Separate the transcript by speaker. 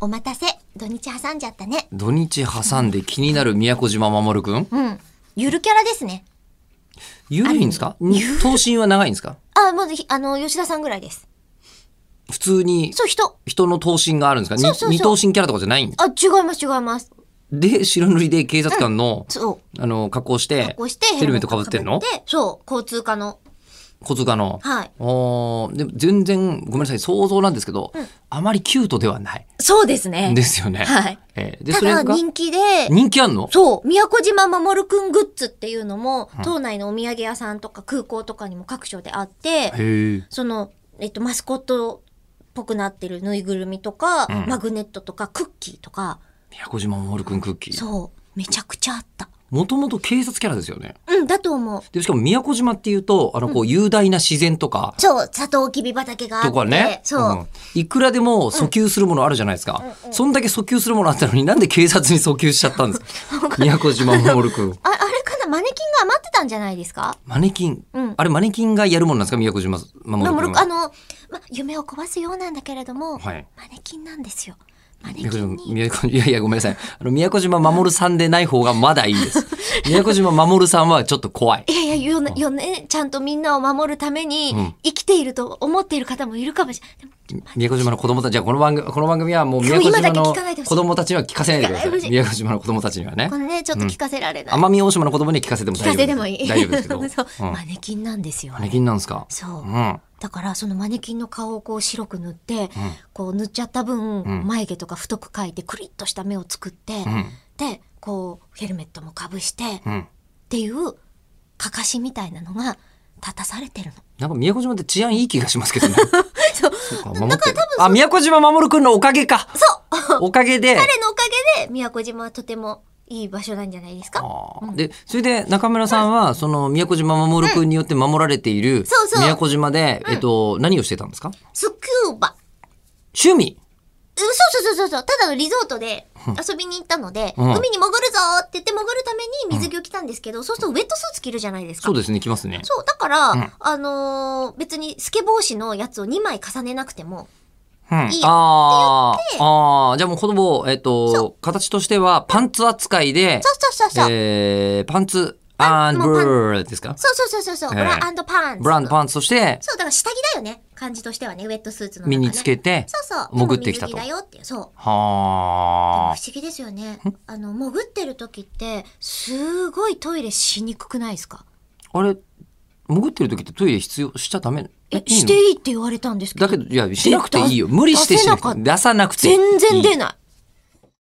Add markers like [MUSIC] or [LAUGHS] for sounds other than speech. Speaker 1: お待たせ。土日挟んじゃったね。
Speaker 2: 土日挟んで気になる宮古島守くん
Speaker 1: うん。ゆるキャラですね。
Speaker 2: ゆるいんですか頭身は長いんですか
Speaker 1: あ、まず、あの、吉田さんぐらいです。
Speaker 2: 普通に
Speaker 1: そう、人。
Speaker 2: 人の頭身があるんですかに
Speaker 1: そうそうそう
Speaker 2: 二頭身キャラとかじゃないん
Speaker 1: あ、違います、違います。
Speaker 2: で、白塗りで警察官の、
Speaker 1: そう。
Speaker 2: あの、格好して
Speaker 1: こ、うして、
Speaker 2: ヘルメットかぶってん
Speaker 1: ヘルメッ
Speaker 2: の
Speaker 1: トかぶってそう、交通課の。
Speaker 2: 小塚の。
Speaker 1: はい。
Speaker 2: おーでも全然、ごめんなさい、想像なんですけど、あまりキュートではない。
Speaker 1: そうですね。
Speaker 2: ですよね。
Speaker 1: はい。
Speaker 2: えーで、
Speaker 1: た
Speaker 2: それ
Speaker 1: だ
Speaker 2: が、
Speaker 1: 人気で、
Speaker 2: 人気あんの
Speaker 1: そう、宮古島守くんグッズっていうのも、島内のお土産屋さんとか空港とかにも各所であって、
Speaker 2: へえ。
Speaker 1: その、えっと、マスコットっぽくなってるぬいぐるみとか、
Speaker 2: ん
Speaker 1: マグネットとか、クッキーとか、
Speaker 2: 宮古島守くんクッキー。
Speaker 1: そう、めちゃくちゃあった。
Speaker 2: もともと警察キャラですよね。
Speaker 1: うん、だと思う。
Speaker 2: で、しかも宮古島っていうと、あの、こう、雄大な自然とか、
Speaker 1: そう、サトウキビ畑があって。
Speaker 2: とかね。
Speaker 1: そう。
Speaker 2: んいくらでも訴求するものあるじゃないですか。そんだけ訴求するものあったのになんで警察に訴求しちゃったんです
Speaker 1: [LAUGHS]
Speaker 2: か宮古島守君。
Speaker 1: あ、あれかなマネキンが余ってたんじゃないですか
Speaker 2: マネキン、
Speaker 1: うん
Speaker 2: あれマネキンがやるもんなんですか宮古島守
Speaker 1: 守
Speaker 2: 君
Speaker 1: 君あの、ま、夢を壊すようなんだけれども、
Speaker 2: はい
Speaker 1: マネキンなんですよ。マネキ
Speaker 2: 宮古
Speaker 1: ン
Speaker 2: 島
Speaker 1: に。
Speaker 2: 宮古いやいやごめんなさいあの宮古島守さんでない方がまだいいです
Speaker 1: [LAUGHS]
Speaker 2: 宮古島守さんはちょっと怖い
Speaker 1: いやいや、よね、よね、ちゃんとみんなを守るために、生きていると思っている方もいるかもしれない。でも
Speaker 2: 宮古島の子供たちじゃあこの番組この番組はもう宮古島
Speaker 1: 今だけ
Speaker 2: の
Speaker 1: 聞かないでほしい
Speaker 2: 子供たちには聞かせないでくださ
Speaker 1: 聞かないでほし
Speaker 2: い
Speaker 1: い
Speaker 2: 宮古島の子供たちにはね
Speaker 1: このね、ちょっと聞かせられない。
Speaker 2: 奄美大島の子供には聞かせても
Speaker 1: 聞
Speaker 2: 大
Speaker 1: か
Speaker 2: 丈夫
Speaker 1: せてもいい。
Speaker 2: 大丈夫ですけど、
Speaker 1: [LAUGHS] そう、
Speaker 2: うん
Speaker 1: マネキンなんですよ
Speaker 2: マ。ネキンなんですか
Speaker 1: そうう。
Speaker 2: ん
Speaker 1: だから、そのマネキンの顔をこう白く塗って、こう塗っちゃった分、
Speaker 2: ん
Speaker 1: 眉毛とか太く描いて、クリッとした目を作って、
Speaker 2: うん
Speaker 1: で、こう、ヘルメットもかぶして、っ
Speaker 2: うん
Speaker 1: ていう、かかしみたいなのが、立たされてるの。
Speaker 2: なんか宮古島って治安いい気がしますけどね。
Speaker 1: [LAUGHS] そう。
Speaker 2: そうか守ってるあ、宮古島守君のおかげか。
Speaker 1: そう [LAUGHS]
Speaker 2: おかげで。
Speaker 1: 彼のおかげで、宮古島はとてもいい場所なんじゃないですか
Speaker 2: あーで、それで中村さんは、その宮古島守君によって守られている
Speaker 1: そうそう
Speaker 2: 宮古島で、えっと、何をしてたんですか
Speaker 1: スキューバ。
Speaker 2: 趣味
Speaker 1: うんそうそうそうそうそう。ただのリゾートで遊びに行ったので、
Speaker 2: うん
Speaker 1: 海に潜るぞーって言って潜るために水着を着たんですけど、そうするとウェットスーツ着るじゃないですか。
Speaker 2: そうですね、来ますね。
Speaker 1: そうだから、
Speaker 2: ん
Speaker 1: あのー別にスケボー紙のやつを2枚重ねなくても、
Speaker 2: うん
Speaker 1: いいよ
Speaker 2: あーあー、じゃあもうほぼ、えっと、形としてはパンツ扱いで
Speaker 1: そ、うそうそうそう。
Speaker 2: えーパンツ、アン
Speaker 1: もうパン
Speaker 2: ブーですか
Speaker 1: そうそうそうそうそう、
Speaker 2: えー
Speaker 1: ブランドパンツ。
Speaker 2: ブランドパンツとして
Speaker 1: そう、だから下着だよね。感じとしてはね、ウェットスーツの中、ね。
Speaker 2: 身につけて
Speaker 1: そうそう。
Speaker 2: 潜ってきたと
Speaker 1: でも水着だよっていう。そう。で
Speaker 2: は
Speaker 1: も
Speaker 2: あ
Speaker 1: 不。思議ですよね。あの、潜ってる時って、すごいトイレしにくくないですか
Speaker 2: あれ、潜ってる時ってトイレ必要しちゃダメ
Speaker 1: え、
Speaker 2: いいの
Speaker 1: していいって言われたんですけど
Speaker 2: だけど、いや、しなくていいよ。無理してしなくて。出さなくていい。
Speaker 1: 全然出ない。